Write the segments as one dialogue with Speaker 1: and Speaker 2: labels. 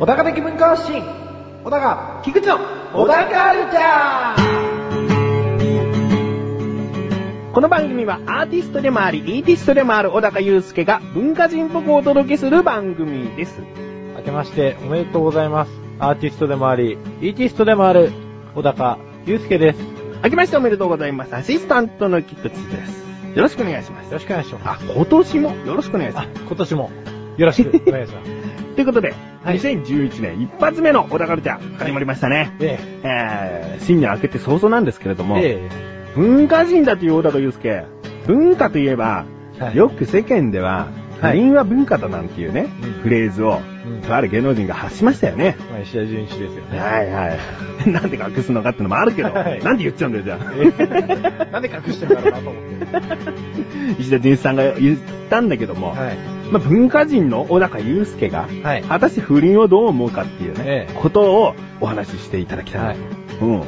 Speaker 1: 小高的文化発信小高菊池の小高カルチャーこの番組はアーティストでもあり、イーティストでもある小高祐介が文化人っぽくお届けする番組です。
Speaker 2: 明けましておめでとうございます。アーティストでもあり、イーティストでもある、小高祐介です。よ
Speaker 1: 明けましておめでとうございます。アシスタントの菊池です。よろしくお願いします。
Speaker 2: ろしくお願いします。
Speaker 1: あ、今年もよろしくお願いしま
Speaker 2: あ、今年もよろし くお願いします。
Speaker 1: す。ということで、
Speaker 2: はい
Speaker 1: 2011年一発目の小高カルチャー始まりましたね。
Speaker 2: え
Speaker 1: えー、新年明けて早々なんですけれど
Speaker 2: え、
Speaker 1: も、
Speaker 2: え
Speaker 1: 文化人だという小高祐介、文化といえば、
Speaker 2: はい
Speaker 1: よく世間では、
Speaker 2: はい
Speaker 1: 不倫は文化だなんていうね、
Speaker 2: うん
Speaker 1: フレーズを、
Speaker 2: ん
Speaker 1: とある芸能人が発しましたよね。
Speaker 2: え、まあ、石田純一ですよね。
Speaker 1: はいはい。 なんで隠すのかってのもあるけど、
Speaker 2: はい
Speaker 1: なんで言っちゃうんだよ、じゃ あ。
Speaker 2: ええなんで隠してるんだろうなと思って。
Speaker 1: 石田純一さんが言ったんだけども、
Speaker 2: はい。
Speaker 1: まあ、文化人の小高祐介が、
Speaker 2: はい。
Speaker 1: 果たして不倫をどう思うかっていうね、
Speaker 2: ええ
Speaker 1: ことをお話ししていただきたい。
Speaker 2: はい
Speaker 1: うん。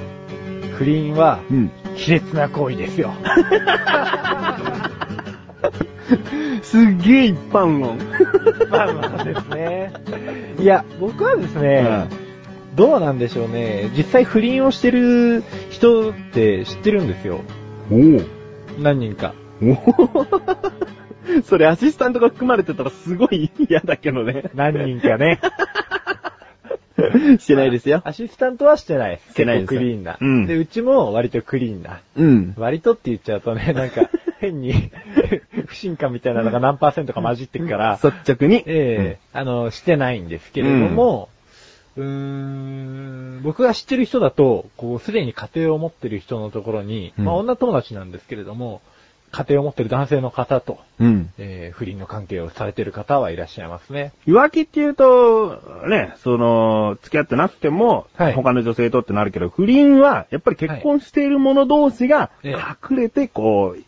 Speaker 2: 不倫は、
Speaker 1: うん。
Speaker 2: 卑劣な行為ですよ。
Speaker 1: すっげえ一般 論。
Speaker 2: まあまあですね。いや、僕はですね、どうなんでしょうね。実際不倫をしてる人って知ってるんですよ。
Speaker 1: うん。
Speaker 2: 何人か。
Speaker 1: おお それアシスタントが含まれてたらすごい嫌だけど ね。
Speaker 2: 何人かね。
Speaker 1: してないですよ。
Speaker 2: アシスタントはしてないです。
Speaker 1: してないです
Speaker 2: 結構クリーンな。
Speaker 1: うん
Speaker 2: で、うちも割とクリーンな。
Speaker 1: うん。
Speaker 2: 割とって言っちゃう とね、なんか、変に、 不信感みたいなのが何パーセントか混じってくから、
Speaker 1: 率直に。
Speaker 2: ええあの、してないんですけれども、うーん、僕が知ってる人だと、こう、すでに家庭を持ってる人のところに、
Speaker 1: うん
Speaker 2: まあ、女友達なんですけれども、家庭を持ってる男性の方と、
Speaker 1: うん。
Speaker 2: ええ不倫の関係をされてる方はいらっしゃいます ね。
Speaker 1: 浮気っていうと、ね、その、付き合ってなくても、
Speaker 2: はい
Speaker 1: 他の女性とってなるけど、不倫は、やっぱり結婚している者同士が、
Speaker 2: ええ
Speaker 1: 隠れて、こう、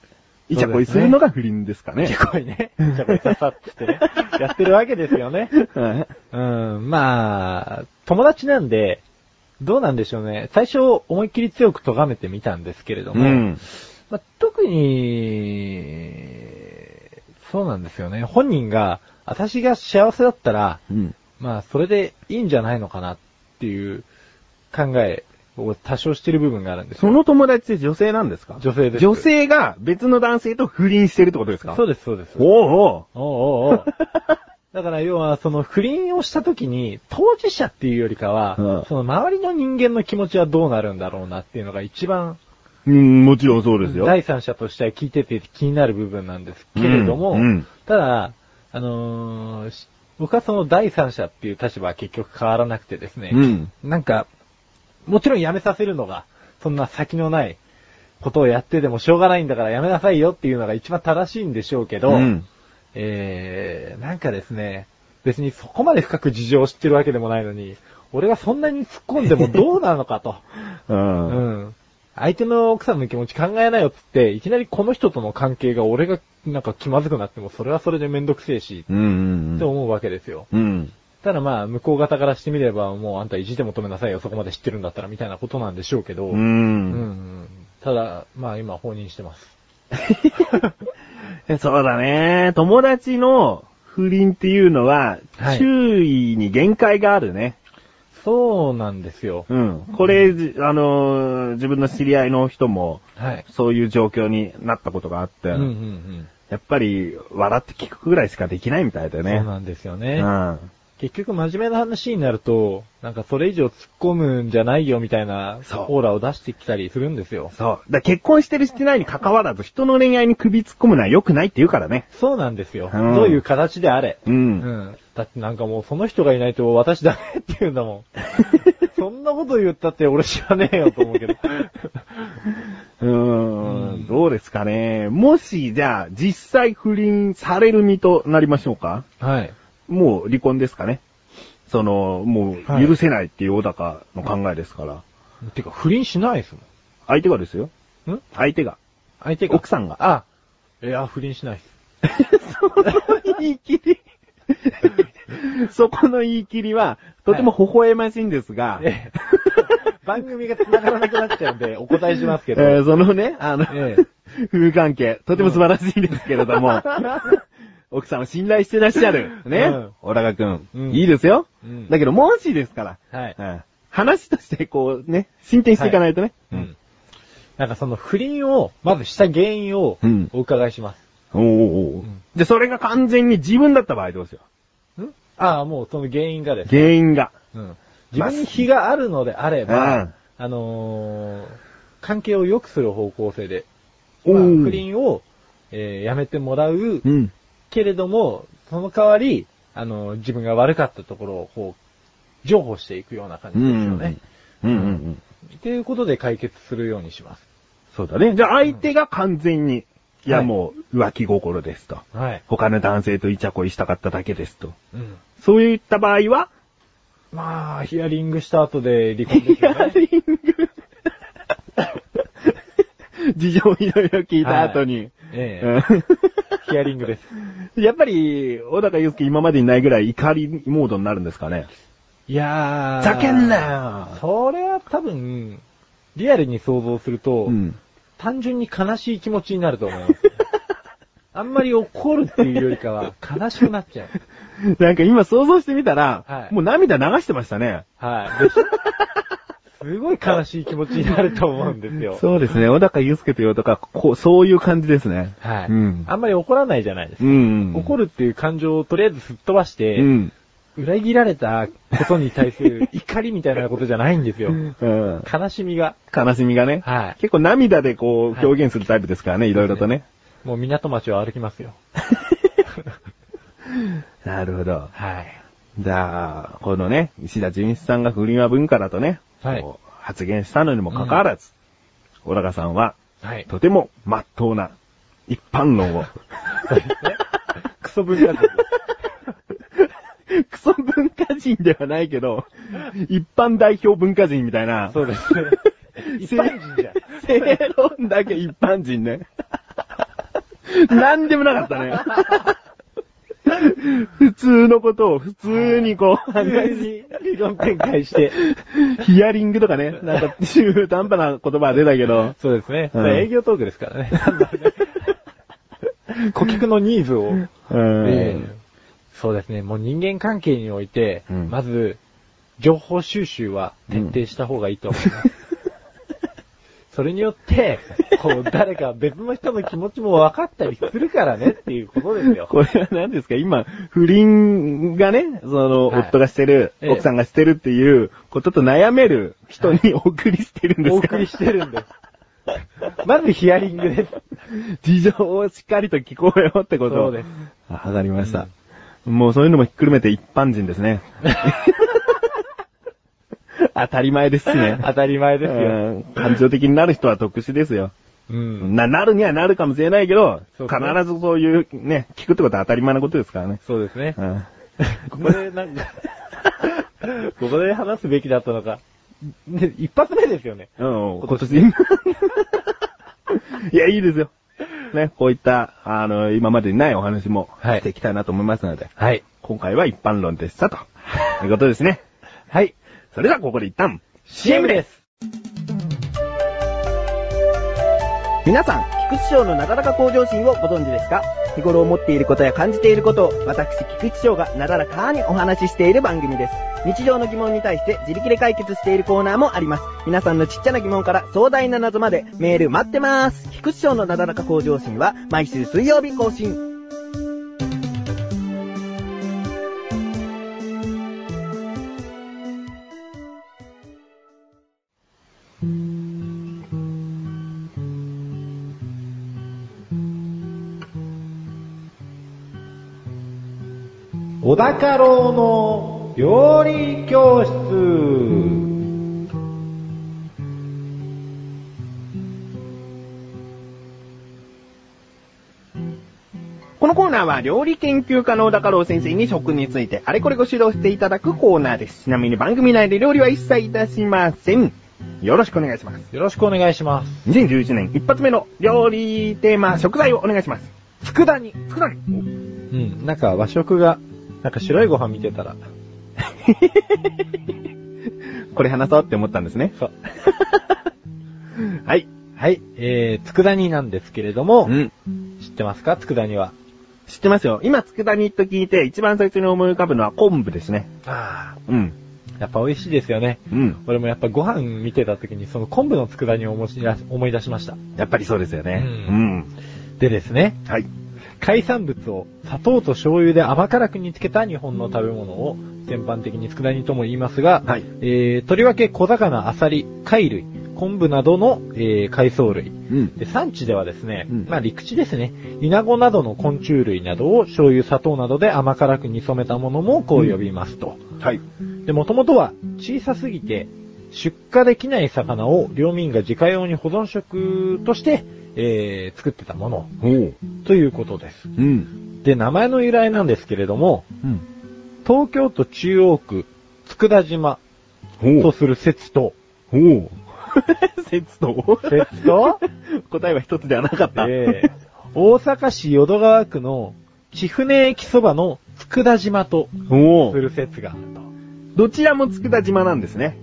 Speaker 1: イチャコ
Speaker 2: そう
Speaker 1: イ
Speaker 2: ですすね
Speaker 1: るのが不倫ですかね。
Speaker 2: 結構ね、ちゃめちゃさってね、やってるわけですよね。
Speaker 1: はい
Speaker 2: うん、まあ、友達なんで、どうなんでしょうね。最初思いっきり強く咎めてみたんですけれど
Speaker 1: う
Speaker 2: も、
Speaker 1: ん。
Speaker 2: まあ、特に、そうなんですよね。本人が、私が幸せだったら、
Speaker 1: うん。
Speaker 2: まあ、それでいいんじゃないのかなっていう考えを多少してる部分があるんです
Speaker 1: そ
Speaker 2: よ。
Speaker 1: の友達って女性なんですか
Speaker 2: 女性です。
Speaker 1: 女性が別の男性と不倫してるってことですか
Speaker 2: そううです、そうです。おう
Speaker 1: おうおう
Speaker 2: おうお うだから要は、その不倫をした時に、当事者っていうよりかは、
Speaker 1: うん
Speaker 2: その周りの人間の気持ちはどうなるんだろうなっていうのが一番、
Speaker 1: うん、もちろんそうですよ。
Speaker 2: 第三者としては聞いてて気になる部分なんですけれども、
Speaker 1: うんうん
Speaker 2: ただ、あのーし僕はその第三者っていう立場は結局変わらなくてですね、
Speaker 1: うん
Speaker 2: なんか、もちろん辞めさせるのが、そんな先のないことをやってでもしょうがないんだから辞めなさいよっていうのが一番正しいんでしょうけど、
Speaker 1: うん
Speaker 2: えー、なんかですね、別にそこまで深く事情を知ってるわけでもないのに、俺がそんなに突っ込んでもどうなのかと。
Speaker 1: うん
Speaker 2: うん。相手の奥さんの気持ち考えなよっつって、いきなりこの人との関係が俺がなんか気まずくなっても、それはそれでめんどくせえし、
Speaker 1: うんうん
Speaker 2: って思うわけですよ。
Speaker 1: うん。うん。
Speaker 2: ただまあ、向こう方からしてみれば、もうあんた意地でも止めなさいよ、そこまで知ってるんだったら、みたいなことなんでしょうけど、
Speaker 1: う。
Speaker 2: うんんただ、まあ今、放任してます。
Speaker 1: そうだね。友達の不倫っていうのは
Speaker 2: は、い
Speaker 1: 注意に限界があるね。
Speaker 2: そうなんですよ。
Speaker 1: うん。これ、じあのー、自分の知り合いの人も、
Speaker 2: はい。
Speaker 1: そういう状況になったことがあって、
Speaker 2: うんうんうん。
Speaker 1: やっぱり、笑って聞くぐらいしかできないみたいだよ
Speaker 2: そう
Speaker 1: ね。
Speaker 2: なんですよ
Speaker 1: う
Speaker 2: ね。
Speaker 1: ん。
Speaker 2: 結局真面目な話になると、なんかそれ以上突っ込むんじゃないよみたいな、
Speaker 1: そう
Speaker 2: オーラを出してきたりするんですよ。
Speaker 1: そう。だから結婚してるしてないに関わらず、人の恋愛に首突っ込むのは良くないって言うからね。
Speaker 2: そうなんですよ。
Speaker 1: うん
Speaker 2: どういう形であれ。
Speaker 1: う。
Speaker 2: うんだってなんかもうその人がいないと私ダメって言うんだ もん。そんなこと言ったって俺知らねえよと思う けど。
Speaker 1: うー、
Speaker 2: うんん
Speaker 1: どうですかね。もし、じゃあ、実際不倫される身となりましょうか
Speaker 2: はい。
Speaker 1: もう離婚ですかね。その、も
Speaker 2: は
Speaker 1: う
Speaker 2: い
Speaker 1: 許せないっていう小高の考えですから。
Speaker 2: てか不倫しないです
Speaker 1: 相手がですよ。
Speaker 2: もん。ん
Speaker 1: 相手が。
Speaker 2: 相手 が。
Speaker 1: 奥さんが。
Speaker 2: あ、いや、不倫しないです。
Speaker 1: そういう言い切り。そこの言い切りは、とても微笑ましいんですが、
Speaker 2: ええ番組が繋がらなくなっちゃうんで、お答えしますけど。
Speaker 1: えーそのね、あの、
Speaker 2: ええ
Speaker 1: 夫婦関係、とても素晴らしいんですけれども、 奥さんを信頼してらっしゃる。ね
Speaker 2: うん。
Speaker 1: 小高くん
Speaker 2: うん。
Speaker 1: いいですよ
Speaker 2: うん。
Speaker 1: だけど、もしですから。
Speaker 2: はい
Speaker 1: うん話として、こうね、進展していかないとね。
Speaker 2: うん。なんかその不倫を、まずした原因を
Speaker 1: うん、
Speaker 2: お伺いします。
Speaker 1: おーおーおー
Speaker 2: うん
Speaker 1: で、それが完全に自分だった場合どうしよ
Speaker 2: んああ、もうその原因がで
Speaker 1: う。
Speaker 2: す。
Speaker 1: 原因が。
Speaker 2: うん。自分に非があるのであれ
Speaker 1: う
Speaker 2: ば
Speaker 1: ん、
Speaker 2: あのー、関係を良くする方向性で、
Speaker 1: お
Speaker 2: まあ
Speaker 1: ー
Speaker 2: 不倫を、えーやめてもらう
Speaker 1: うん。
Speaker 2: けれども、その代わり、あの、自分が悪かったところを、こう、譲歩していくような感じ
Speaker 1: う
Speaker 2: です
Speaker 1: ん。う
Speaker 2: よ
Speaker 1: ん
Speaker 2: ね。
Speaker 1: うんうん。
Speaker 2: っていうことで解決するようにします。
Speaker 1: そうだね。じゃあ相手が完全に、いや
Speaker 2: はい
Speaker 1: もう浮気心ですと。
Speaker 2: はい。
Speaker 1: 他の男性とイチャコイしたかっただけですと。
Speaker 2: うん。
Speaker 1: そういった場合は、
Speaker 2: まあ、ヒアリングした後で離婚で
Speaker 1: ヒ
Speaker 2: すよ
Speaker 1: ア
Speaker 2: ね。
Speaker 1: リング。 事情いろいろ聞いた後に。
Speaker 2: ええ
Speaker 1: う
Speaker 2: ヒアリングです。
Speaker 1: ん やっぱり、小高祐介今までにないぐらい怒りモードになるんですかね。
Speaker 2: いや
Speaker 1: ふざ
Speaker 2: ー。
Speaker 1: けんなよ
Speaker 2: それは多分、リアルに想像すると、
Speaker 1: うん。
Speaker 2: 単純に悲しい気持ちになると思い ます。あんまり怒るっていうよりかは、悲しくなっちゃう。
Speaker 1: なんか今想像してみたら、
Speaker 2: はい
Speaker 1: もう涙流してましたね。
Speaker 2: はい。ですごい悲しい気持ちになると思うんですよ。
Speaker 1: そうですね。小高祐介というとか、こう、そういう感じですね。
Speaker 2: はい。
Speaker 1: うん
Speaker 2: あんまり怒らないじゃないです
Speaker 1: う
Speaker 2: か。
Speaker 1: ん。
Speaker 2: 怒
Speaker 1: る。
Speaker 2: るっていう感情をとりあえずすっ飛ばして、
Speaker 1: うん。
Speaker 2: 裏切られたことに対す る怒りみたいなことじゃないんですよ。
Speaker 1: うん。
Speaker 2: 悲しみが。
Speaker 1: 悲しみがね。
Speaker 2: はい
Speaker 1: 結構涙でこ
Speaker 2: は
Speaker 1: う
Speaker 2: い
Speaker 1: 表現するタイプですからね、いろいろとね。
Speaker 2: もう港町を歩きますよ。
Speaker 1: なるほど。
Speaker 2: はい。
Speaker 1: じゃあ、このね、石田純一さんが不倫は文化だとね、
Speaker 2: はい
Speaker 1: こう発言したのにもかかわらず、小高さんは、
Speaker 2: はい。
Speaker 1: とても真っ当な一般論を、
Speaker 2: クソ文化人。
Speaker 1: クソ文化人ではないけど、一般代表文化人みたいな、
Speaker 2: そう ですね。一般人じゃん。
Speaker 1: 正論だけ一般人ね。なんでもなかったね。普通のことを普通にこう、
Speaker 2: 反対に理論展開して。
Speaker 1: ヒアリングとかね、なんか中途半端な言葉は出たけど、
Speaker 2: そうですね。
Speaker 1: うん
Speaker 2: それ営業トークですから ね。顧客のニーズを。
Speaker 1: うん
Speaker 2: ええそうですね。もう人間関係において、
Speaker 1: うん
Speaker 2: まず、情報収集は徹底した方がいいと思い ます。それによって、こう、誰か別の人の気持ちも分かったりするからねっていうことですよ。
Speaker 1: これは何ですか今、不倫がね、その、
Speaker 2: はい
Speaker 1: 夫がしてる、
Speaker 2: ええ
Speaker 1: 奥さんがしてるっていうことと悩める人にお送りしてるんで
Speaker 2: お
Speaker 1: すか、
Speaker 2: 送りしてるんです。まずヒアリングです。
Speaker 1: 事情をしっかりと聞こえようってこと。
Speaker 2: そうです
Speaker 1: あ。わかりました。もうそういうのもひっくるめて一般人です ね。当たり前ですね。
Speaker 2: 当たり前ですよ。
Speaker 1: うん感情的になる人は特殊ですよ。
Speaker 2: うん。
Speaker 1: な、なるにはなるかもしれないけど、
Speaker 2: そう
Speaker 1: 必
Speaker 2: ですね
Speaker 1: ずそういうね、聞くってことは当たり前なことですからね。
Speaker 2: そうですね
Speaker 1: う。ん
Speaker 2: ここでなんか、ここで話すべきだったのか。で一発目ですよね。
Speaker 1: うん、今年。 いや、いいですよ。ね、こういった、あの、今までにないお話も
Speaker 2: はい
Speaker 1: していきたいなと思いますので、
Speaker 2: はい。
Speaker 1: 今回は一般論でしたと。いうことですね。
Speaker 2: はい。
Speaker 1: それではここで一旦、
Speaker 2: CM です
Speaker 1: 皆さん、菊池賞のなだらか向上心をご存知ですか日頃思っていることや感じていることを、私、菊池賞がなだらかにお話ししている番組です。日常の疑問に対して自力で解決しているコーナーもあります。皆さんのちっちゃな疑問から壮大な謎までメール待ってます。菊池賞のなだらか向上心は毎週水曜日更新。
Speaker 2: 小高郎の料理教室。
Speaker 1: このコーナーは料理研究家の小高郎先生に食についてあれこれご指導していただくコーナーです。ちなみに番組内で料理は一切いたしません。よろしくお願いします。
Speaker 2: よろしくお願いします。
Speaker 1: 2011年一発目の料理テーマ、食材をお願いします。
Speaker 2: 佃煮。
Speaker 1: 佃煮。
Speaker 2: うん、なんか和食がなんか白いご飯見てたら、
Speaker 1: これ話そうって思ったんですね。
Speaker 2: そう。
Speaker 1: はい。
Speaker 2: はい、えー、佃煮なんですけれども
Speaker 1: う、ん。
Speaker 2: 知ってますか佃煮は。
Speaker 1: 知ってますよ。今、佃煮と聞いて、一番最初に思い浮かぶのは昆布ですね。
Speaker 2: あ
Speaker 1: うん。
Speaker 2: あ、やっぱ美味しいですよね。
Speaker 1: うん。
Speaker 2: 俺もやっぱご飯見てた時にその昆布の佃煮を思い出し思い出しました。
Speaker 1: やっぱりそうですよね。
Speaker 2: うでですね、
Speaker 1: うん。はい。
Speaker 2: 海産物を砂糖と醤油で甘辛く煮つけた日本の食べ物を全般的に佃煮とも言いますが、
Speaker 1: はい
Speaker 2: えーとりわけ小魚、アサリ、貝類、昆布などの、えー海藻類。
Speaker 1: うん。
Speaker 2: で、産地ではですね、
Speaker 1: うん
Speaker 2: まあ陸地ですね、イナゴなどの昆虫類などを醤油、砂糖などで甘辛く煮染めたものもこう呼びますと。
Speaker 1: はい。
Speaker 2: で、もともとは小さすぎて出荷できない魚を領民が自家用に保存食として、えー作ってたもの
Speaker 1: おう。
Speaker 2: ということです。
Speaker 1: うん。
Speaker 2: で、名前の由来なんですけれども、
Speaker 1: うん。
Speaker 2: 東京都中央区、佃島
Speaker 1: お
Speaker 2: と
Speaker 1: う。
Speaker 2: する説と、
Speaker 1: おう。 説と
Speaker 2: 説と、
Speaker 1: 答えは一つではなかった。
Speaker 2: えー大阪市淀川区の千船駅そばの佃島と
Speaker 1: お
Speaker 2: す
Speaker 1: う。
Speaker 2: る説があると。
Speaker 1: どちらも佃島なんですね。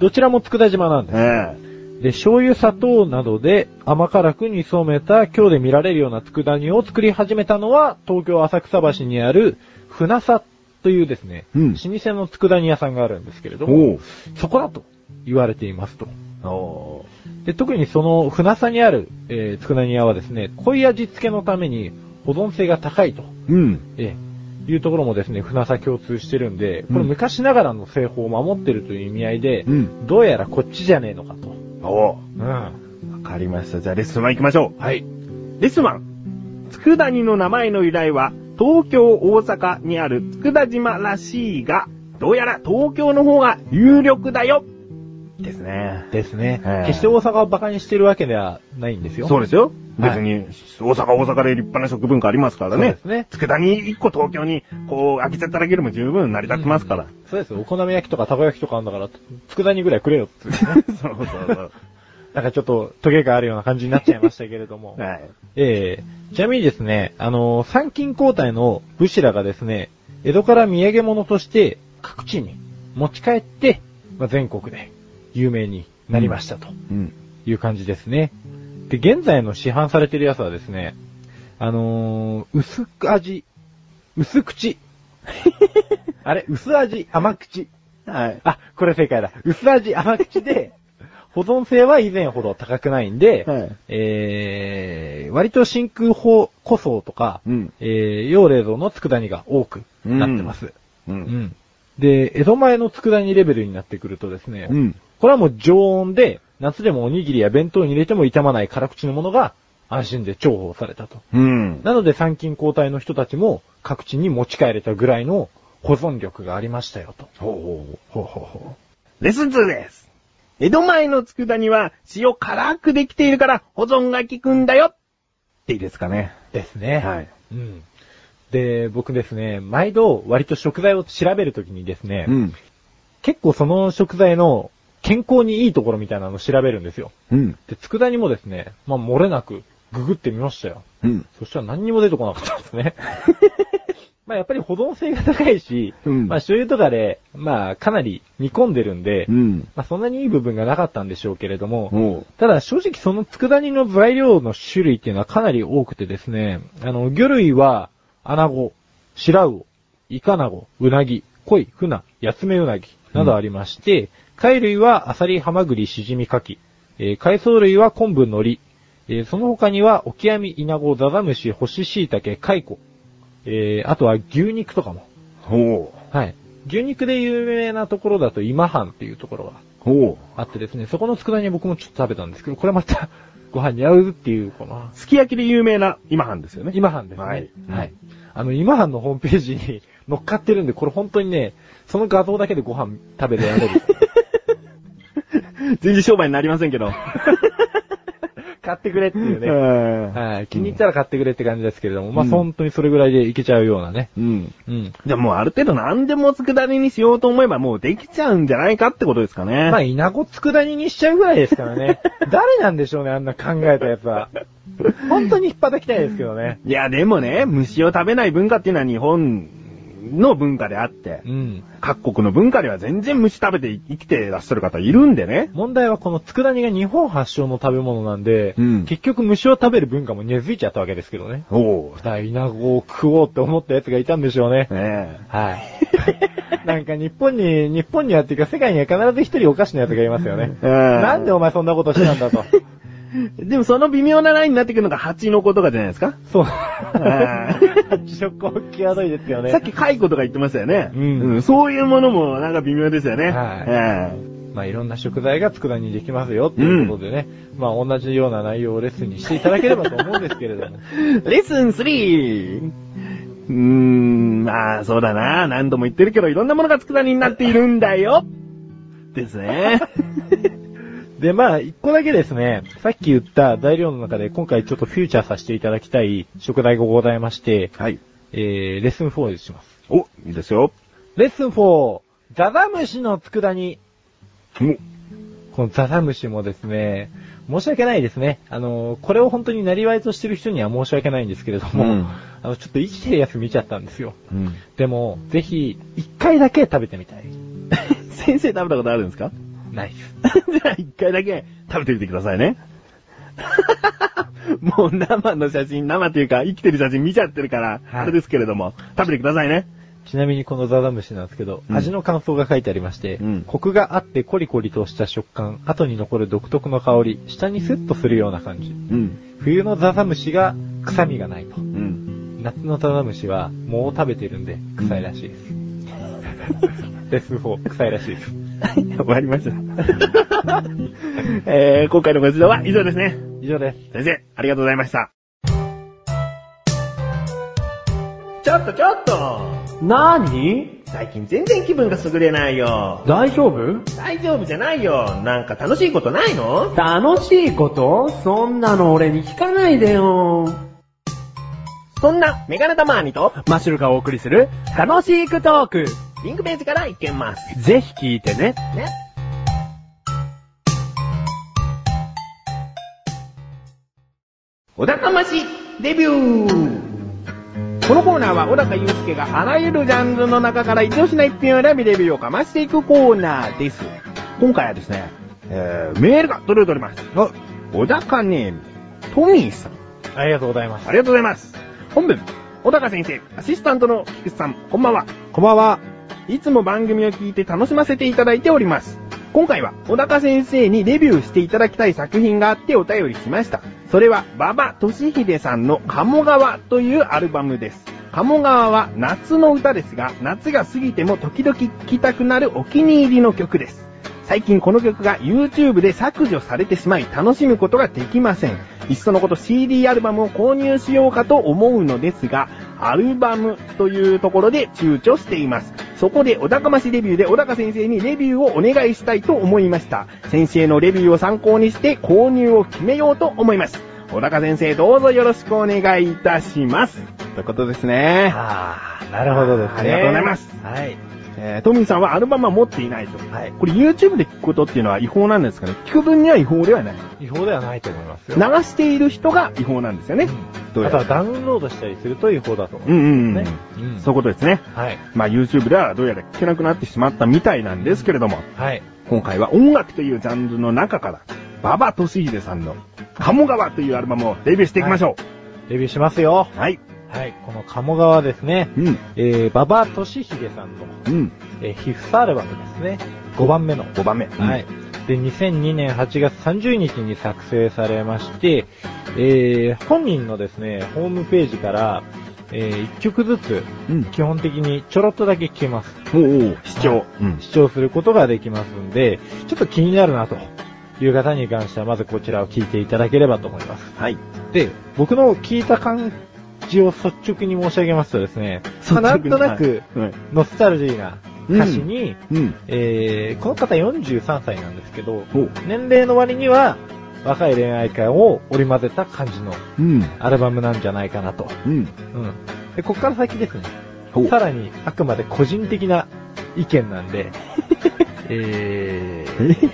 Speaker 2: どちらも佃島なんです。
Speaker 1: ん。
Speaker 2: で、醤油、砂糖などで甘辛く煮染めた今日で見られるような佃煮を作り始めたのは、東京浅草橋にある船佐というですね、
Speaker 1: うん
Speaker 2: 老舗の佃煮屋さんがあるんですけれども、
Speaker 1: おう。
Speaker 2: そこだと言われていますと。
Speaker 1: お
Speaker 2: で特にその船佐にある、えー、佃煮屋はですね、濃い味付けのために保存性が高いと、
Speaker 1: う。うん。
Speaker 2: えーいうところもですね、船佐共通してるんで、これ
Speaker 1: うん
Speaker 2: 昔ながらの製法を守ってるという意味合いで、
Speaker 1: うん
Speaker 2: どうやらこっちじゃねえのかと。
Speaker 1: おう。
Speaker 2: うん。
Speaker 1: わかりました。じゃあレストラン行きましょ
Speaker 2: はい。
Speaker 1: う。レストラン。佃煮の名前の由来は、東京、大阪にある佃島らしいが、どうやら東京の方が有力だよですね。
Speaker 2: ですね
Speaker 1: ええ。
Speaker 2: 決して大阪を馬鹿にしてるわけではないんですよ。
Speaker 1: そうですよ。
Speaker 2: はい
Speaker 1: 別に、大阪大阪で立派な食文化ありますから
Speaker 2: そうで
Speaker 1: ね
Speaker 2: す。ね。
Speaker 1: 佃煮一個東京に、こう、開けちゃっただけでも十分成り立ってます から。
Speaker 2: そうですよ。お好み焼きとかたこ焼きとかあるんだから、佃煮ぐらいくれ よっていう
Speaker 1: そうそう
Speaker 2: なんかちょっと、トゲがあるような感じになっちゃいましたけれ ども
Speaker 1: そう。。 はい。
Speaker 2: ええちなみにですね、あのー参勤交代の武士らがですね、江戸から土産物として各地に持ち帰って、まあ、全国で有名になりましたと。
Speaker 1: うん。
Speaker 2: いう感じですね。で、現在の市販されてるやつはですね、あのー、薄く味、薄口。あれ、薄味、甘口。
Speaker 1: はい。
Speaker 2: あ、これ正解だ。薄味、甘口で、保存性は以前ほど高くないんで、
Speaker 1: はい
Speaker 2: えー、割と真空包個層とか、
Speaker 1: うん
Speaker 2: えー、用冷蔵の佃煮が多くなってます。
Speaker 1: う
Speaker 2: うん。
Speaker 1: ん。
Speaker 2: で、江戸前の佃煮レベルになってくるとですね、
Speaker 1: うん。
Speaker 2: これはもう常温で、夏でもおにぎりや弁当に入れても傷まない辛口のものが安心で重宝されたと。
Speaker 1: うん。
Speaker 2: なので参勤交代の人たちも各地に持ち帰れたぐらいの保存力がありましたよと。
Speaker 1: ほうほう
Speaker 2: ほうほうほ
Speaker 1: レッスン2です。江戸前の佃煮は塩辛くできているから保存が効くんだよっていいですかね。
Speaker 2: う。ですね。
Speaker 1: はい。
Speaker 2: うん。で、僕ですね、毎度割と食材を調べるときにですね、
Speaker 1: ん。
Speaker 2: 結構その食材の健康にいいところみたいなのを調べるんですよ。
Speaker 1: うん。
Speaker 2: で、佃煮もですね、まあ漏れなくググってみましたよ。
Speaker 1: うん。
Speaker 2: そしたら何にも出てこなかったです ね。まあやっぱり保存性が高いし、
Speaker 1: うん
Speaker 2: まあ醤油とかで、まあかなり煮込んでるんで、
Speaker 1: ん。
Speaker 2: まあそんなにいい部分がなかったんでしょうけれども、
Speaker 1: おう。
Speaker 2: ただ正直その佃煮の材料の種類っていうのはかなり多くてですね、あの、魚類は、アナゴ、白魚、イカナゴ、ウナギ、コイ、フナ、ヤツメウナギなどありまして、貝類はアサリ、ハマグリ、シジミ、カキ、えー海藻類は昆布、海苔、えーその他にはオキアミ、イナゴ、ザザムシ、ホシシイタケ、カイコ、えーあとは牛肉とかも。
Speaker 1: ほ
Speaker 2: はい。牛肉で有名なところだと今半っていうところが
Speaker 1: う。ほう。
Speaker 2: あってですね、そこの佃煮僕もちょっと食べたんですけど、これまた ご飯に合うっていう、この、
Speaker 1: すき焼きで有名な今半ですよね。
Speaker 2: 今半ですね。
Speaker 1: はい
Speaker 2: はい。あの、今半のホームページに乗っかってるんで、これ本当にね、その画像だけでご飯食べてやれる。
Speaker 1: 全然商売になりませんけ ど。
Speaker 2: 買ってくれっていうね。
Speaker 1: は
Speaker 2: はい。気に入ったら買ってくれって感じですけれども、まあ、本当にそれぐらいでいけちゃうようなね。
Speaker 1: い。うん。
Speaker 2: うん。
Speaker 1: じゃあもうある程度何でも佃煮にしようと思えばもうできちゃうんじゃないかってことですかね。
Speaker 2: まあ、稲子佃煮にしちゃうぐらいですからね。誰なんでしょうね、あんな考えたやつ は。本当に引っ叩きたいですけどね。
Speaker 1: いや、でもね、虫を食べない文化っていうのは日本の文化であって、
Speaker 2: うん。
Speaker 1: 各国の文化では全然虫食べて生きてらっしゃる方いるんでね。
Speaker 2: 問題はこの佃煮が日本発祥の食べ物なんで、
Speaker 1: うん
Speaker 2: 結局虫を食べる文化も根付いちゃったわけですけどね。
Speaker 1: おお
Speaker 2: だから稲子を食おうって思った奴がいたんでしょうね。
Speaker 1: ねえ。
Speaker 2: はい。なんか日本に、日本にはっていうか世界には必ず一人おかしな奴がいますよね。
Speaker 1: うん
Speaker 2: なんでお前そんなことした んだと。
Speaker 1: でもその微妙なラインになってくるのが蜂の子とかじゃないですか、
Speaker 2: そう。
Speaker 1: ん
Speaker 2: 食行際どいですよね。
Speaker 1: さっき蚕とか言ってましたよね。
Speaker 2: うん
Speaker 1: そういうものもなんか微妙ですよね。
Speaker 2: はい
Speaker 1: え
Speaker 2: まあいろんな食材が佃煮にできますよっていうことでね、まあ同じような内容をレッスンにしていただければと思うんですけれども。
Speaker 1: えレッスン 3! うーん、まあそうだな。何度も言ってるけど、いろんなものが佃煮になっているんだよですね。
Speaker 2: で、まあ、一個だけですね、さっき言った材料の中で今回ちょっとフューチャーさせていただきたい食材がございまして、
Speaker 1: はい。
Speaker 2: えー、レッスン4にします。
Speaker 1: お、いいですよ。
Speaker 2: レッスン 4! ザザムシの佃煮。
Speaker 1: お
Speaker 2: このザザムシもですね、申し訳ないですね。あの、これを本当になりわいとしてる人には申し訳ないんですけれども、
Speaker 1: うん
Speaker 2: あの、ちょっと生きてるやつ見ちゃったんですよ。
Speaker 1: うん、
Speaker 2: でも、ぜひ、一回だけ食べてみたい。
Speaker 1: 先生食べたことあるんですか
Speaker 2: ナイス。
Speaker 1: じゃあ一回だけ食べてみてくださいね。 もう生の写真、生っていうか生きてる写真見ちゃってるから、
Speaker 2: はい
Speaker 1: あれですけれども、食べてくださいね。
Speaker 2: ちなみにこのザザムシなんですけど、
Speaker 1: うん
Speaker 2: 味の感想が書いてありまして、
Speaker 1: うん
Speaker 2: コクがあってコリコリとした食感、後に残る独特の香り、下にスッとするような感じ。
Speaker 1: うん。
Speaker 2: 冬のザザムシが臭みがないと。
Speaker 1: うん。
Speaker 2: 夏のザザムシはもう食べてるんで、臭いらしいです。 レッスン4、臭いらしいです。
Speaker 1: 終わりました。 えー、今回のご指導は以上ですね。
Speaker 2: 以上です。
Speaker 1: 先生、ありがとうございました。ちょっとちょっと
Speaker 3: なーに
Speaker 1: 最近全然気分が優れないよ。
Speaker 3: 大丈夫
Speaker 1: 大丈夫じゃないよ。なんか楽しいことないの
Speaker 3: 楽しいことそんなの俺に聞かないでよ。
Speaker 1: そんな、メガネタマーニと、
Speaker 3: マッシュルがお送りする、楽しいクトーク。
Speaker 1: リンクページからいけます。
Speaker 3: ぜひ聞いてね。
Speaker 1: ね。小高まし、デビューこのコーナーは小高祐介があらゆるジャンルの中から一押しな一品を選びレビューをかましていくコーナーです。今回はですね、えー、メールが届いております。小高ネーム、トミーさん。
Speaker 2: ありがとうございます。
Speaker 1: ありがとうございます。本文、小高先生、アシスタントの菊池さん、こんばんは。
Speaker 2: こんばんは。
Speaker 1: いつも番組を聞いて楽しませていただいております。今回は、小高先生にレビューしていただきたい作品があってお便りしました。それは、馬場俊秀さんの鴨川というアルバムです。鴨川は夏の歌ですが、夏が過ぎても時々聴きたくなるお気に入りの曲です。最近この曲が YouTube で削除されてしまい楽しむことができません。いっそのこと CD アルバムを購入しようかと思うのですが、アルバムというところで躊躇しています。そこで小高ましレビューで小高先生にレビューをお願いしたいと思いました。先生のレビューを参考にして購入を決めようと思います。小高先生どうぞよろしくお願いいたします。ということですね。
Speaker 2: ああ、なるほどですね。
Speaker 1: ありがとうございます。
Speaker 2: はい。
Speaker 1: えー、トミーさんはアルバムは持っていないと。
Speaker 2: はい。
Speaker 1: これ YouTube で聞くことっていうのは違法なんですかね聞く分には違法ではない。
Speaker 2: 違法ではないと思います
Speaker 1: 流
Speaker 2: よ。
Speaker 1: している人が違法なんですよね。どう
Speaker 2: あ
Speaker 1: や
Speaker 2: と
Speaker 1: ら
Speaker 2: はダウンロードしたりすると違法だと思
Speaker 1: うんうんう
Speaker 2: ね
Speaker 1: ん。
Speaker 2: うん
Speaker 1: そういうことですね。
Speaker 2: はい。
Speaker 1: まあ YouTube ではどうやら聞けなくなってしまったみたいなんですけれども、
Speaker 2: はい。
Speaker 1: 今回は音楽というジャンルの中から、馬場俊秀さんの、鴨川というアルバムをデビューしていきましょ
Speaker 2: レビューしますよ。
Speaker 1: う。はい。
Speaker 2: はい。この鴨川ですね。
Speaker 1: うん。
Speaker 2: えー、馬場俊秀さんの、
Speaker 1: うん。
Speaker 2: えー、ヒフスアルバムですね。5番目の。
Speaker 1: 5番目。
Speaker 2: はい。。で、2002年8月30日に作成されまして、えー、本人のですね、ホームページから、えー、1曲ずつ、
Speaker 1: うん。
Speaker 2: 基本的にちょろっとだけ聴けます。
Speaker 1: おうおう視聴。うん。
Speaker 2: 視聴することができますんで、ちょっと気になるなという方に関しては、まずこちらを聞いていただければと思います。
Speaker 1: はい。
Speaker 2: で、僕の聞いた感じを率直に申し上げますとですね、まあなんとなく、
Speaker 1: はい、
Speaker 2: ノスタルジーな歌詞に、
Speaker 1: うん。
Speaker 2: えー、この方43歳なんですけど、
Speaker 1: おう
Speaker 2: 年齢の割には、若い恋愛感を織り交ぜた感じの
Speaker 1: うん。
Speaker 2: アルバムなんじゃないかなと。
Speaker 1: うん。
Speaker 2: うん。で、こっから先ですね。
Speaker 1: おう
Speaker 2: さらに、あくまで個人的な意見なん で、えー、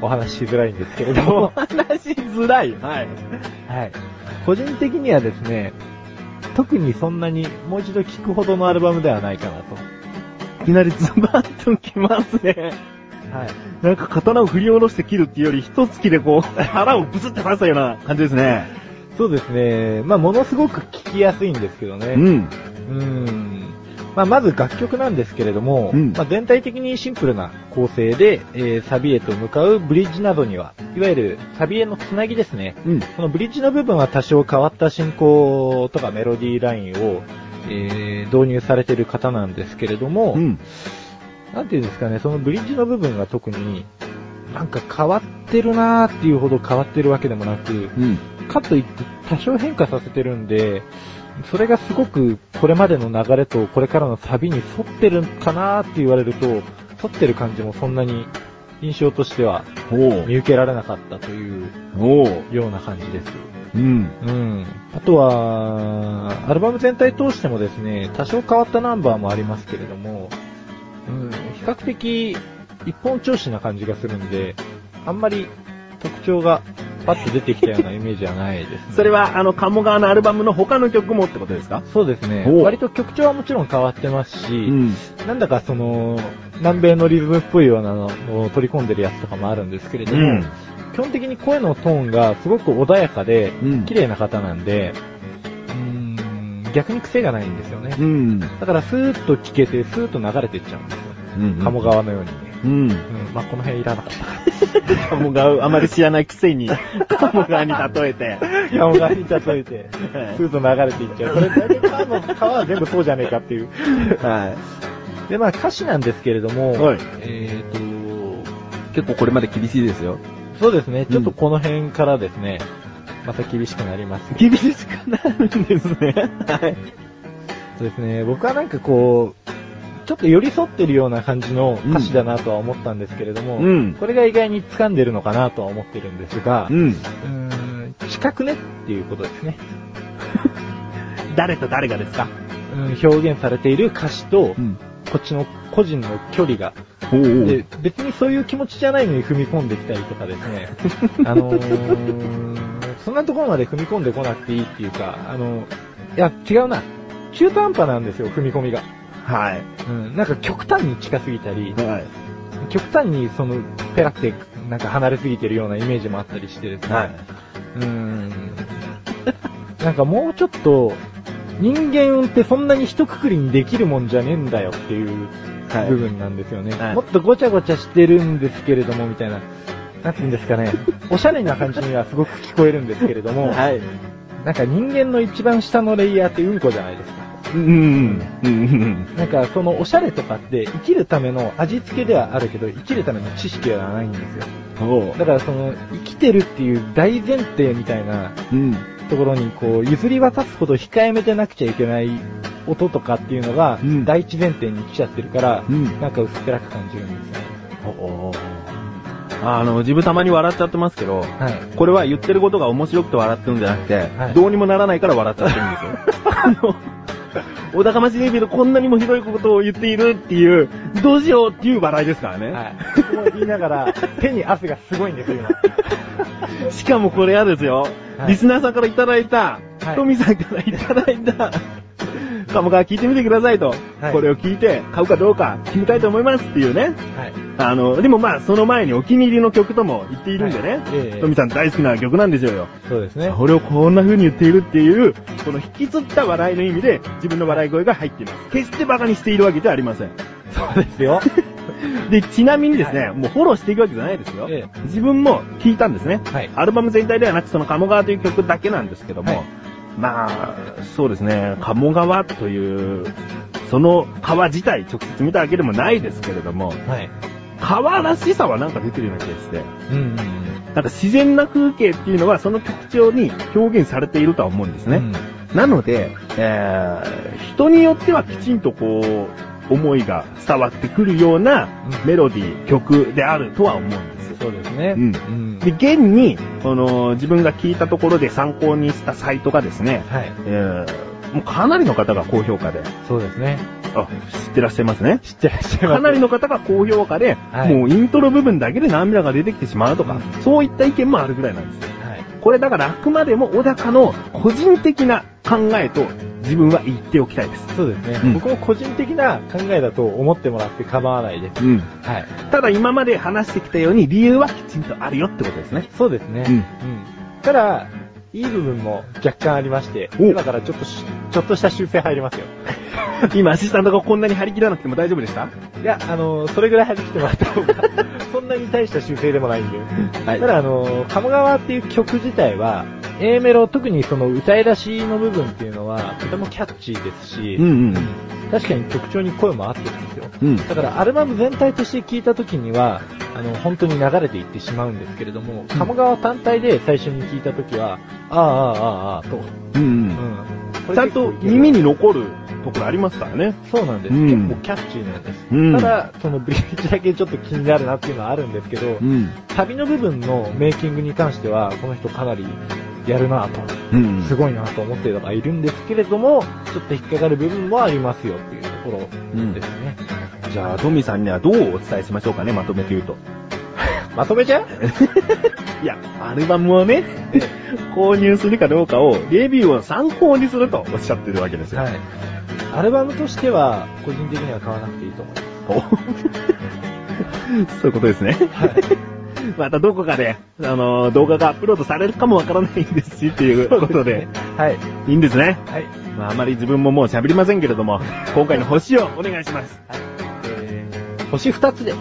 Speaker 2: お話ししづらいんですけれ ども、
Speaker 1: 話しづらい。はい。
Speaker 2: はい。個人的にはですね、特にそんなにもう一度聴くほどのアルバムではないかなと。
Speaker 3: いきなりズバッときますね。
Speaker 2: はい。
Speaker 3: なんか刀を振り下ろして切るっていうより、一突きでこう、腹をブスって刺したような感じですね。
Speaker 2: そうですね。まあ、ものすごく聴きやすいんですけど
Speaker 3: う
Speaker 2: ね。
Speaker 3: ん。
Speaker 2: うん。まあ、まず楽曲なんですけれども、
Speaker 3: うん
Speaker 2: まあ、全体的にシンプルな構成で、えーサビへと向かうブリッジなどには、いわゆるサビへのつなぎですね。
Speaker 3: うん。
Speaker 2: このブリッジの部分は多少変わった進行とかメロディーラインを、えー導入されている方なんですけれども、
Speaker 3: うん。
Speaker 2: なんていうんですかね、そのブリッジの部分が特になんか変わってるなーっていうほど変わってるわけでもなく、
Speaker 3: うん。
Speaker 2: かといって多少変化させてるんで、それがすごくこれまでの流れとこれからのサビに沿ってるかなーって言われると、沿ってる感じもそんなに印象としては
Speaker 3: お
Speaker 2: 見受けられなかったという
Speaker 3: おお
Speaker 2: ような感じです。
Speaker 3: うん。
Speaker 2: うん。あとは、アルバム全体通してもですね、多少変わったナンバーもありますけれども、うん、比較的一本調子な感じがするんで、あんまり特徴がパッと出てきたようなイメージはないですね。
Speaker 1: それは、あの、鴨川のアルバムの他の曲もってことですか
Speaker 2: そうですね
Speaker 3: お。う
Speaker 2: 割と曲調はもちろん変わってますし、
Speaker 3: うん。
Speaker 2: なんだかその、南米のリズムっぽいようなのを取り込んでるやつとかもあるんですけれども、
Speaker 3: うん
Speaker 2: 基本的に声のトーンがすごく穏やかで、
Speaker 3: うん
Speaker 2: 綺麗な方なんで、うーん、逆に癖がないんですよね。
Speaker 3: うん。
Speaker 2: だからスーッと聞けて、スーッと流れていっちゃうんですよ。
Speaker 3: うん
Speaker 2: 鴨。川のようにね。
Speaker 3: うん。
Speaker 2: うん、まあ、この辺いらなか った。
Speaker 3: 鴨川、あまり知らないくせに、 鴨川に例えて。
Speaker 2: 鴨川に例えて、スーッと流れていっちゃう。これ大体川の川は全部そうじゃねえかっていう。
Speaker 3: は
Speaker 2: で、まあ歌詞なんですけれども、
Speaker 3: はい
Speaker 2: えーと、
Speaker 3: い。結構これまで厳しいですよ。
Speaker 2: そうですね、ちょっとこの辺からですね、また厳しくなります。
Speaker 3: 厳しくなるんですね。はい。
Speaker 2: そうですね、僕はなんかこう、ちょっと寄り添ってるような感じの歌詞だなとは思ったんですけれども、
Speaker 3: うん
Speaker 2: これが意外に掴んでるのかなとは思ってるんですが、
Speaker 3: うん。
Speaker 2: うーん近くねっていうことですね。
Speaker 1: 誰と誰がですか
Speaker 2: うん表現されている歌詞と、
Speaker 3: ん。
Speaker 2: こっちの個人の距離が、
Speaker 3: おうおう
Speaker 2: で、別にそういう気持ちじゃないのに踏み込んできたりとかです ね、あのー、そんなところまで踏み込んでこなくていいっていうか、あの、いや、違うな。中途半端なんですよ、踏み込みが。
Speaker 3: はい。
Speaker 2: うん、なんか極端に近すぎたり、
Speaker 3: はい。
Speaker 2: 極端にその、ペラって、なんか離れすぎてるようなイメージもあったりしてですね。
Speaker 3: はい。
Speaker 2: うーん。なんかもうちょっと、人間ってそんなに一括りにできるもんじゃねえんだよっていう
Speaker 3: はい
Speaker 2: 部分なんですよね。
Speaker 3: はい
Speaker 2: もっとごちゃごちゃしてるんですけれども、みたいな。なんて言うんですかね。おしゃれな感じにはすごく聞こえるんですけれども、
Speaker 3: はい。
Speaker 2: なんか人間の一番下のレイヤーってうんこじゃないですか。
Speaker 3: うん。うん。
Speaker 2: なんかそのおしゃれとかって生きるための味付けではあるけど、生きるための知識ではないんですよ。
Speaker 3: おう。
Speaker 2: だからその生きてるっていう大前提みたいな
Speaker 3: うん。
Speaker 2: ところにこう譲り渡すほど控えめでなくちゃいけない音とかっていうのが
Speaker 3: うん
Speaker 2: 第一前提に来ちゃってるから、
Speaker 3: うん
Speaker 2: なんか薄っぺらく感じるんですね。
Speaker 3: お
Speaker 1: あの、自分たまに笑っちゃってますけど、
Speaker 2: はい。
Speaker 1: これは言ってることが面白くて笑ってるんじゃなくて、
Speaker 2: はい
Speaker 1: どうにもならないから笑っちゃってるんですよ。あの、小高町レビューでこんなにもひどいことを言っているっていう、どうしようっていう笑いですからね。
Speaker 2: はい。こう言いな がら手に汗がすごいんですよ、今。
Speaker 1: しかもこれはですよ、
Speaker 2: はい
Speaker 1: リスナーさんからいただいた、
Speaker 2: はい
Speaker 1: トミさんからいただいた、 鴨川聞いてみてくださいと、
Speaker 2: はい
Speaker 1: これを聞いて買うかどうか決めたいと思いますっていうね。
Speaker 2: はい。
Speaker 1: あの、でもまあその前にお気に入りの曲とも言っているんでね、
Speaker 2: はいええ
Speaker 1: トミさん大好きな曲なんでしょうよ。
Speaker 2: そうですね。
Speaker 1: これをこんな風に言っているっていう、この引きつった笑いの意味で自分の笑い声が入っています。決して馬鹿にしているわけじゃありません。
Speaker 2: そうです よ。
Speaker 1: で、ちなみにですね、もうフォローしていくわけじゃないですよ。
Speaker 2: え
Speaker 1: 自分も聞いたんですね。
Speaker 2: はい
Speaker 1: アルバム全体ではなく、その鴨川という曲だけなんですけども、
Speaker 2: はい
Speaker 1: まあ、そうですね、鴨川という、その川自体直接見たわけでもないですけれども、
Speaker 2: はい。
Speaker 1: 川らしさはなんか出てるような気がして、
Speaker 2: うんうんうん。
Speaker 1: なんか自然な風景っていうのはその曲調に表現されているとは思うんですね。
Speaker 2: うん
Speaker 1: なので、えー人によってはきちんとこう、思いが伝わってくるような
Speaker 2: うん
Speaker 1: メロディー、曲であるとは思うんです。
Speaker 2: そうですね。
Speaker 1: うん
Speaker 2: ん
Speaker 1: で、現に、その、自分が聞いたところで参考にしたサイトがですね、
Speaker 2: はい。
Speaker 1: えーもうかなりの方が高評価で、
Speaker 2: そうですね。
Speaker 1: あ、知ってらっしゃいますね。
Speaker 2: 知ってらっしゃいます。
Speaker 1: かなりの方が高評価で、
Speaker 2: はい
Speaker 1: もうイントロ部分だけで涙が出てきてしまうとか、
Speaker 2: うん
Speaker 1: そういった意見もあるぐらいなんですよ。
Speaker 2: はい。
Speaker 1: これだからあくまでも小高の個人的な考えと自分は言っておきたいです。
Speaker 2: そうですね、
Speaker 1: うん
Speaker 2: 僕も個人的な考えだと思ってもらって構わないです。
Speaker 1: うん。
Speaker 2: はい。
Speaker 1: ただ今まで話してきたように理由はきちんとあるよってこと ですね。
Speaker 2: そうですね。。
Speaker 1: うん
Speaker 2: ただ、いい部分も若干ありまして、
Speaker 1: お
Speaker 2: だからちょっとし、ちょっとした修正入りますよ。
Speaker 1: 今、アシスタントがこんなに張り切らなくても大丈夫でした
Speaker 2: いや、あの、それぐらい張り切ってもらった方が、 そんなに大した修正でもないんで。
Speaker 1: は
Speaker 2: ただ、あの、鴨川っていう曲自体は、A メロ、特にその歌い出しの部分っていうのは、とてもキャッチーですし、
Speaker 1: うんうん。
Speaker 2: 確かに曲調に声も合ってるんですよ。
Speaker 1: うん。
Speaker 2: だからアルバム全体として聴いた時には、あの、本当に流れていってしまうんですけれども、鴨川単体で最初に聴いた時は、ああああああと、
Speaker 1: うんうん。
Speaker 2: う
Speaker 1: ちゃんと耳
Speaker 2: に。
Speaker 1: に残るところありますからね。
Speaker 2: そうなんです。
Speaker 1: うん
Speaker 2: 結構キャッチーなんです。
Speaker 1: うん
Speaker 2: ただ、そのブリーチだけちょっと気になるなっていうのはあるんですけど、
Speaker 1: ん。
Speaker 2: サビの部分のメイキングに関しては、この人かなりやるなぁと、
Speaker 1: うん
Speaker 2: すごいなぁと思ってる人がいるんですけれども、ちょっと引っかかる部分もありますよっていうところですね。
Speaker 1: じゃあ、トミーさんにはどうお伝えしましょうかね、まとめて言 うと。
Speaker 2: まとめちゃう
Speaker 1: いや、アルバムをね、購入するかどうかを、レビューを参考にするとおっしゃってるわけですよ。
Speaker 2: はい。アルバムとしては、個人的には買わなくていいと思います。
Speaker 1: お そういうことですね。またどこかで、あの、動画がアップロードされるかもわからないですし、っていうことで、
Speaker 2: はい。
Speaker 1: いいんですね。
Speaker 2: はい。
Speaker 1: まあ、あまり自分ももう喋りませんけれども、今回の星をお願いします。
Speaker 2: えー、星二つで。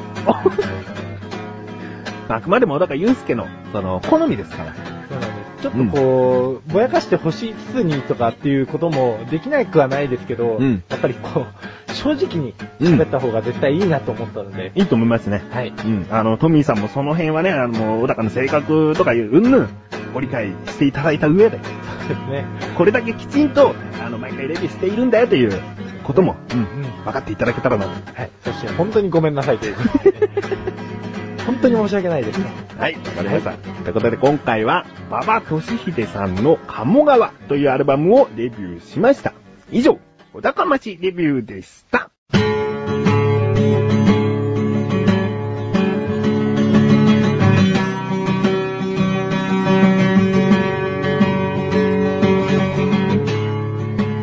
Speaker 1: あくまでも、だから、ゆうすけの、その、好みですから。
Speaker 2: そうなんです。ちょっとこう、ぼやかして星つつにとかっていうこともできなくはないですけど、
Speaker 1: うん
Speaker 2: やっぱりこう、正直に喋った方が絶対いいなと思ったので、
Speaker 1: いいと思いますね。
Speaker 2: はい。
Speaker 1: うん。あの、トミーさんもその辺はね、あの、小高の性格とかいう、うんぬん、ご理解していただいた上で、
Speaker 2: そうですね。
Speaker 1: これだけきちんと、あの、毎回レビューしているんだよということも、うん
Speaker 2: うん。
Speaker 1: 分かっていただけたらなと。
Speaker 2: はい。そして、本当にごめんなさいというこ とで。本当に申し訳ないですね。
Speaker 1: はい、わかりました。ということで今回は、馬場俊秀さんの鴨川というアルバムをレビューしました。以上、小高町レビューでした。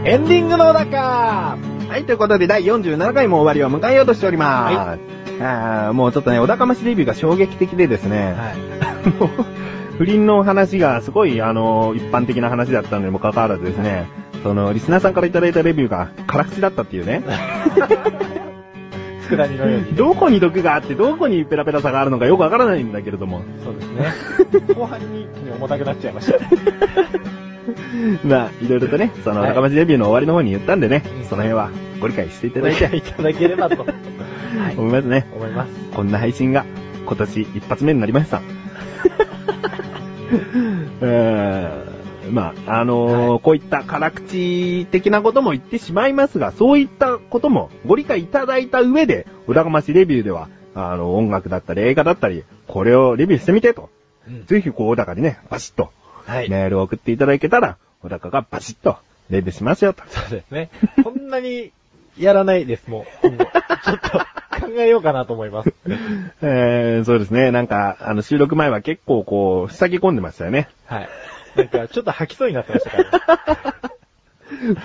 Speaker 2: エンディングの中
Speaker 1: はい、ということで第47回も終わりを迎えようとしております。あーもうちょっとね、小高町レビューが衝撃的でですね、
Speaker 2: い。
Speaker 1: もう不倫の話がすごい、あの、一般的な話だったのにもかかわらずですね、その、リスナーさんからいただいたレビューが辛口だったっていう ね。
Speaker 2: 佃煮のように。
Speaker 1: どこに毒があって、どこにペラペラさがあるのかよくわからないんだけれども。
Speaker 2: そうですね。後半に一気に重たくなっちゃいました。
Speaker 1: まあ、いろいろとね、その、
Speaker 2: はい
Speaker 1: 中町デビューの終わりの方に言ったんでね、
Speaker 2: うん
Speaker 1: その辺はご理解していた
Speaker 2: ご
Speaker 1: だい
Speaker 2: 理
Speaker 1: て、
Speaker 2: 解いただければ と
Speaker 1: 思いますね。
Speaker 2: 思います。
Speaker 1: こんな配信が今年一発目になりま した。うーんまあ、あのー
Speaker 2: は
Speaker 1: こういった辛口的なことも言ってしまいますが、そういったこともご理解いただいた上で、小高町レビューでは、あの、音楽だったり映画だったり、これをレビューしてみてと。ぜひ、こう、小高にね、バシッと、
Speaker 2: はい
Speaker 1: メールを送っていただけたら、小高がバシッと、レビューしますよと。
Speaker 2: そうですね。こんなにやらないです、もう。今後ちょっと考えようかなと思います。
Speaker 1: えー、そうですね。なんか、あの、収録前は結構こう、塞ぎ込んでましたよね。
Speaker 2: はい。なんか、ちょっと吐きそうになってましたから。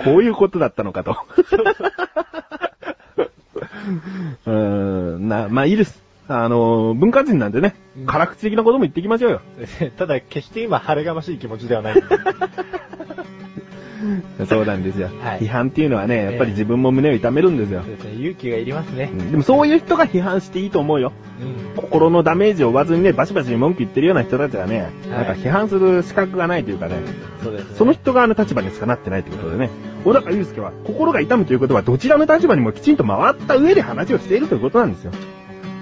Speaker 1: こういうことだったのかと。 うーん、な、まあ、いいです。あの、文化人なんでね
Speaker 2: う、ん
Speaker 1: 辛口的なことも言っていきま しょうよ。
Speaker 2: ただ、決して今、晴れがましい気持ちではないんで。
Speaker 1: そうなんですよ。
Speaker 2: はい
Speaker 1: 批判っていうのはね、やっぱり自分も胸を痛めるんですよ。
Speaker 2: そうですね勇気がいりますね
Speaker 1: う。んでもそういう人が批判していいと思うよ。
Speaker 2: うん。
Speaker 1: 心のダメージを負わずにね、バシバシに文句言ってるような人たちはね、なんか
Speaker 2: はい
Speaker 1: 批判する資格がないというかね、
Speaker 2: そうですね。
Speaker 1: その人側の立場にしかなってないということでね、小高祐介は心が痛むということはどちらの立場にもきちんと回った上で話をしているということなんですよ。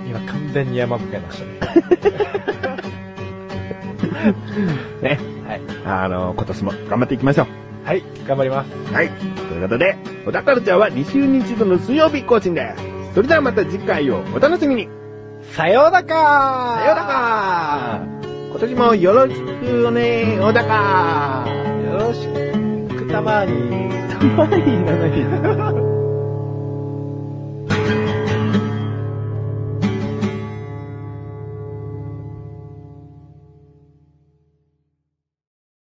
Speaker 2: 今、完全に山深いましたね。
Speaker 1: ね。
Speaker 2: はい。
Speaker 1: あの、今年も頑張っていきましょ
Speaker 2: はい、頑張ります。
Speaker 1: う。はい。ということで、小田カルチャーは2週に一度の水曜日更新です。それではまた次回をお楽しみに。
Speaker 2: さようなか
Speaker 1: さようなら今年もよろしくね、小高
Speaker 2: よろしく、たまに。
Speaker 1: たまにいらない。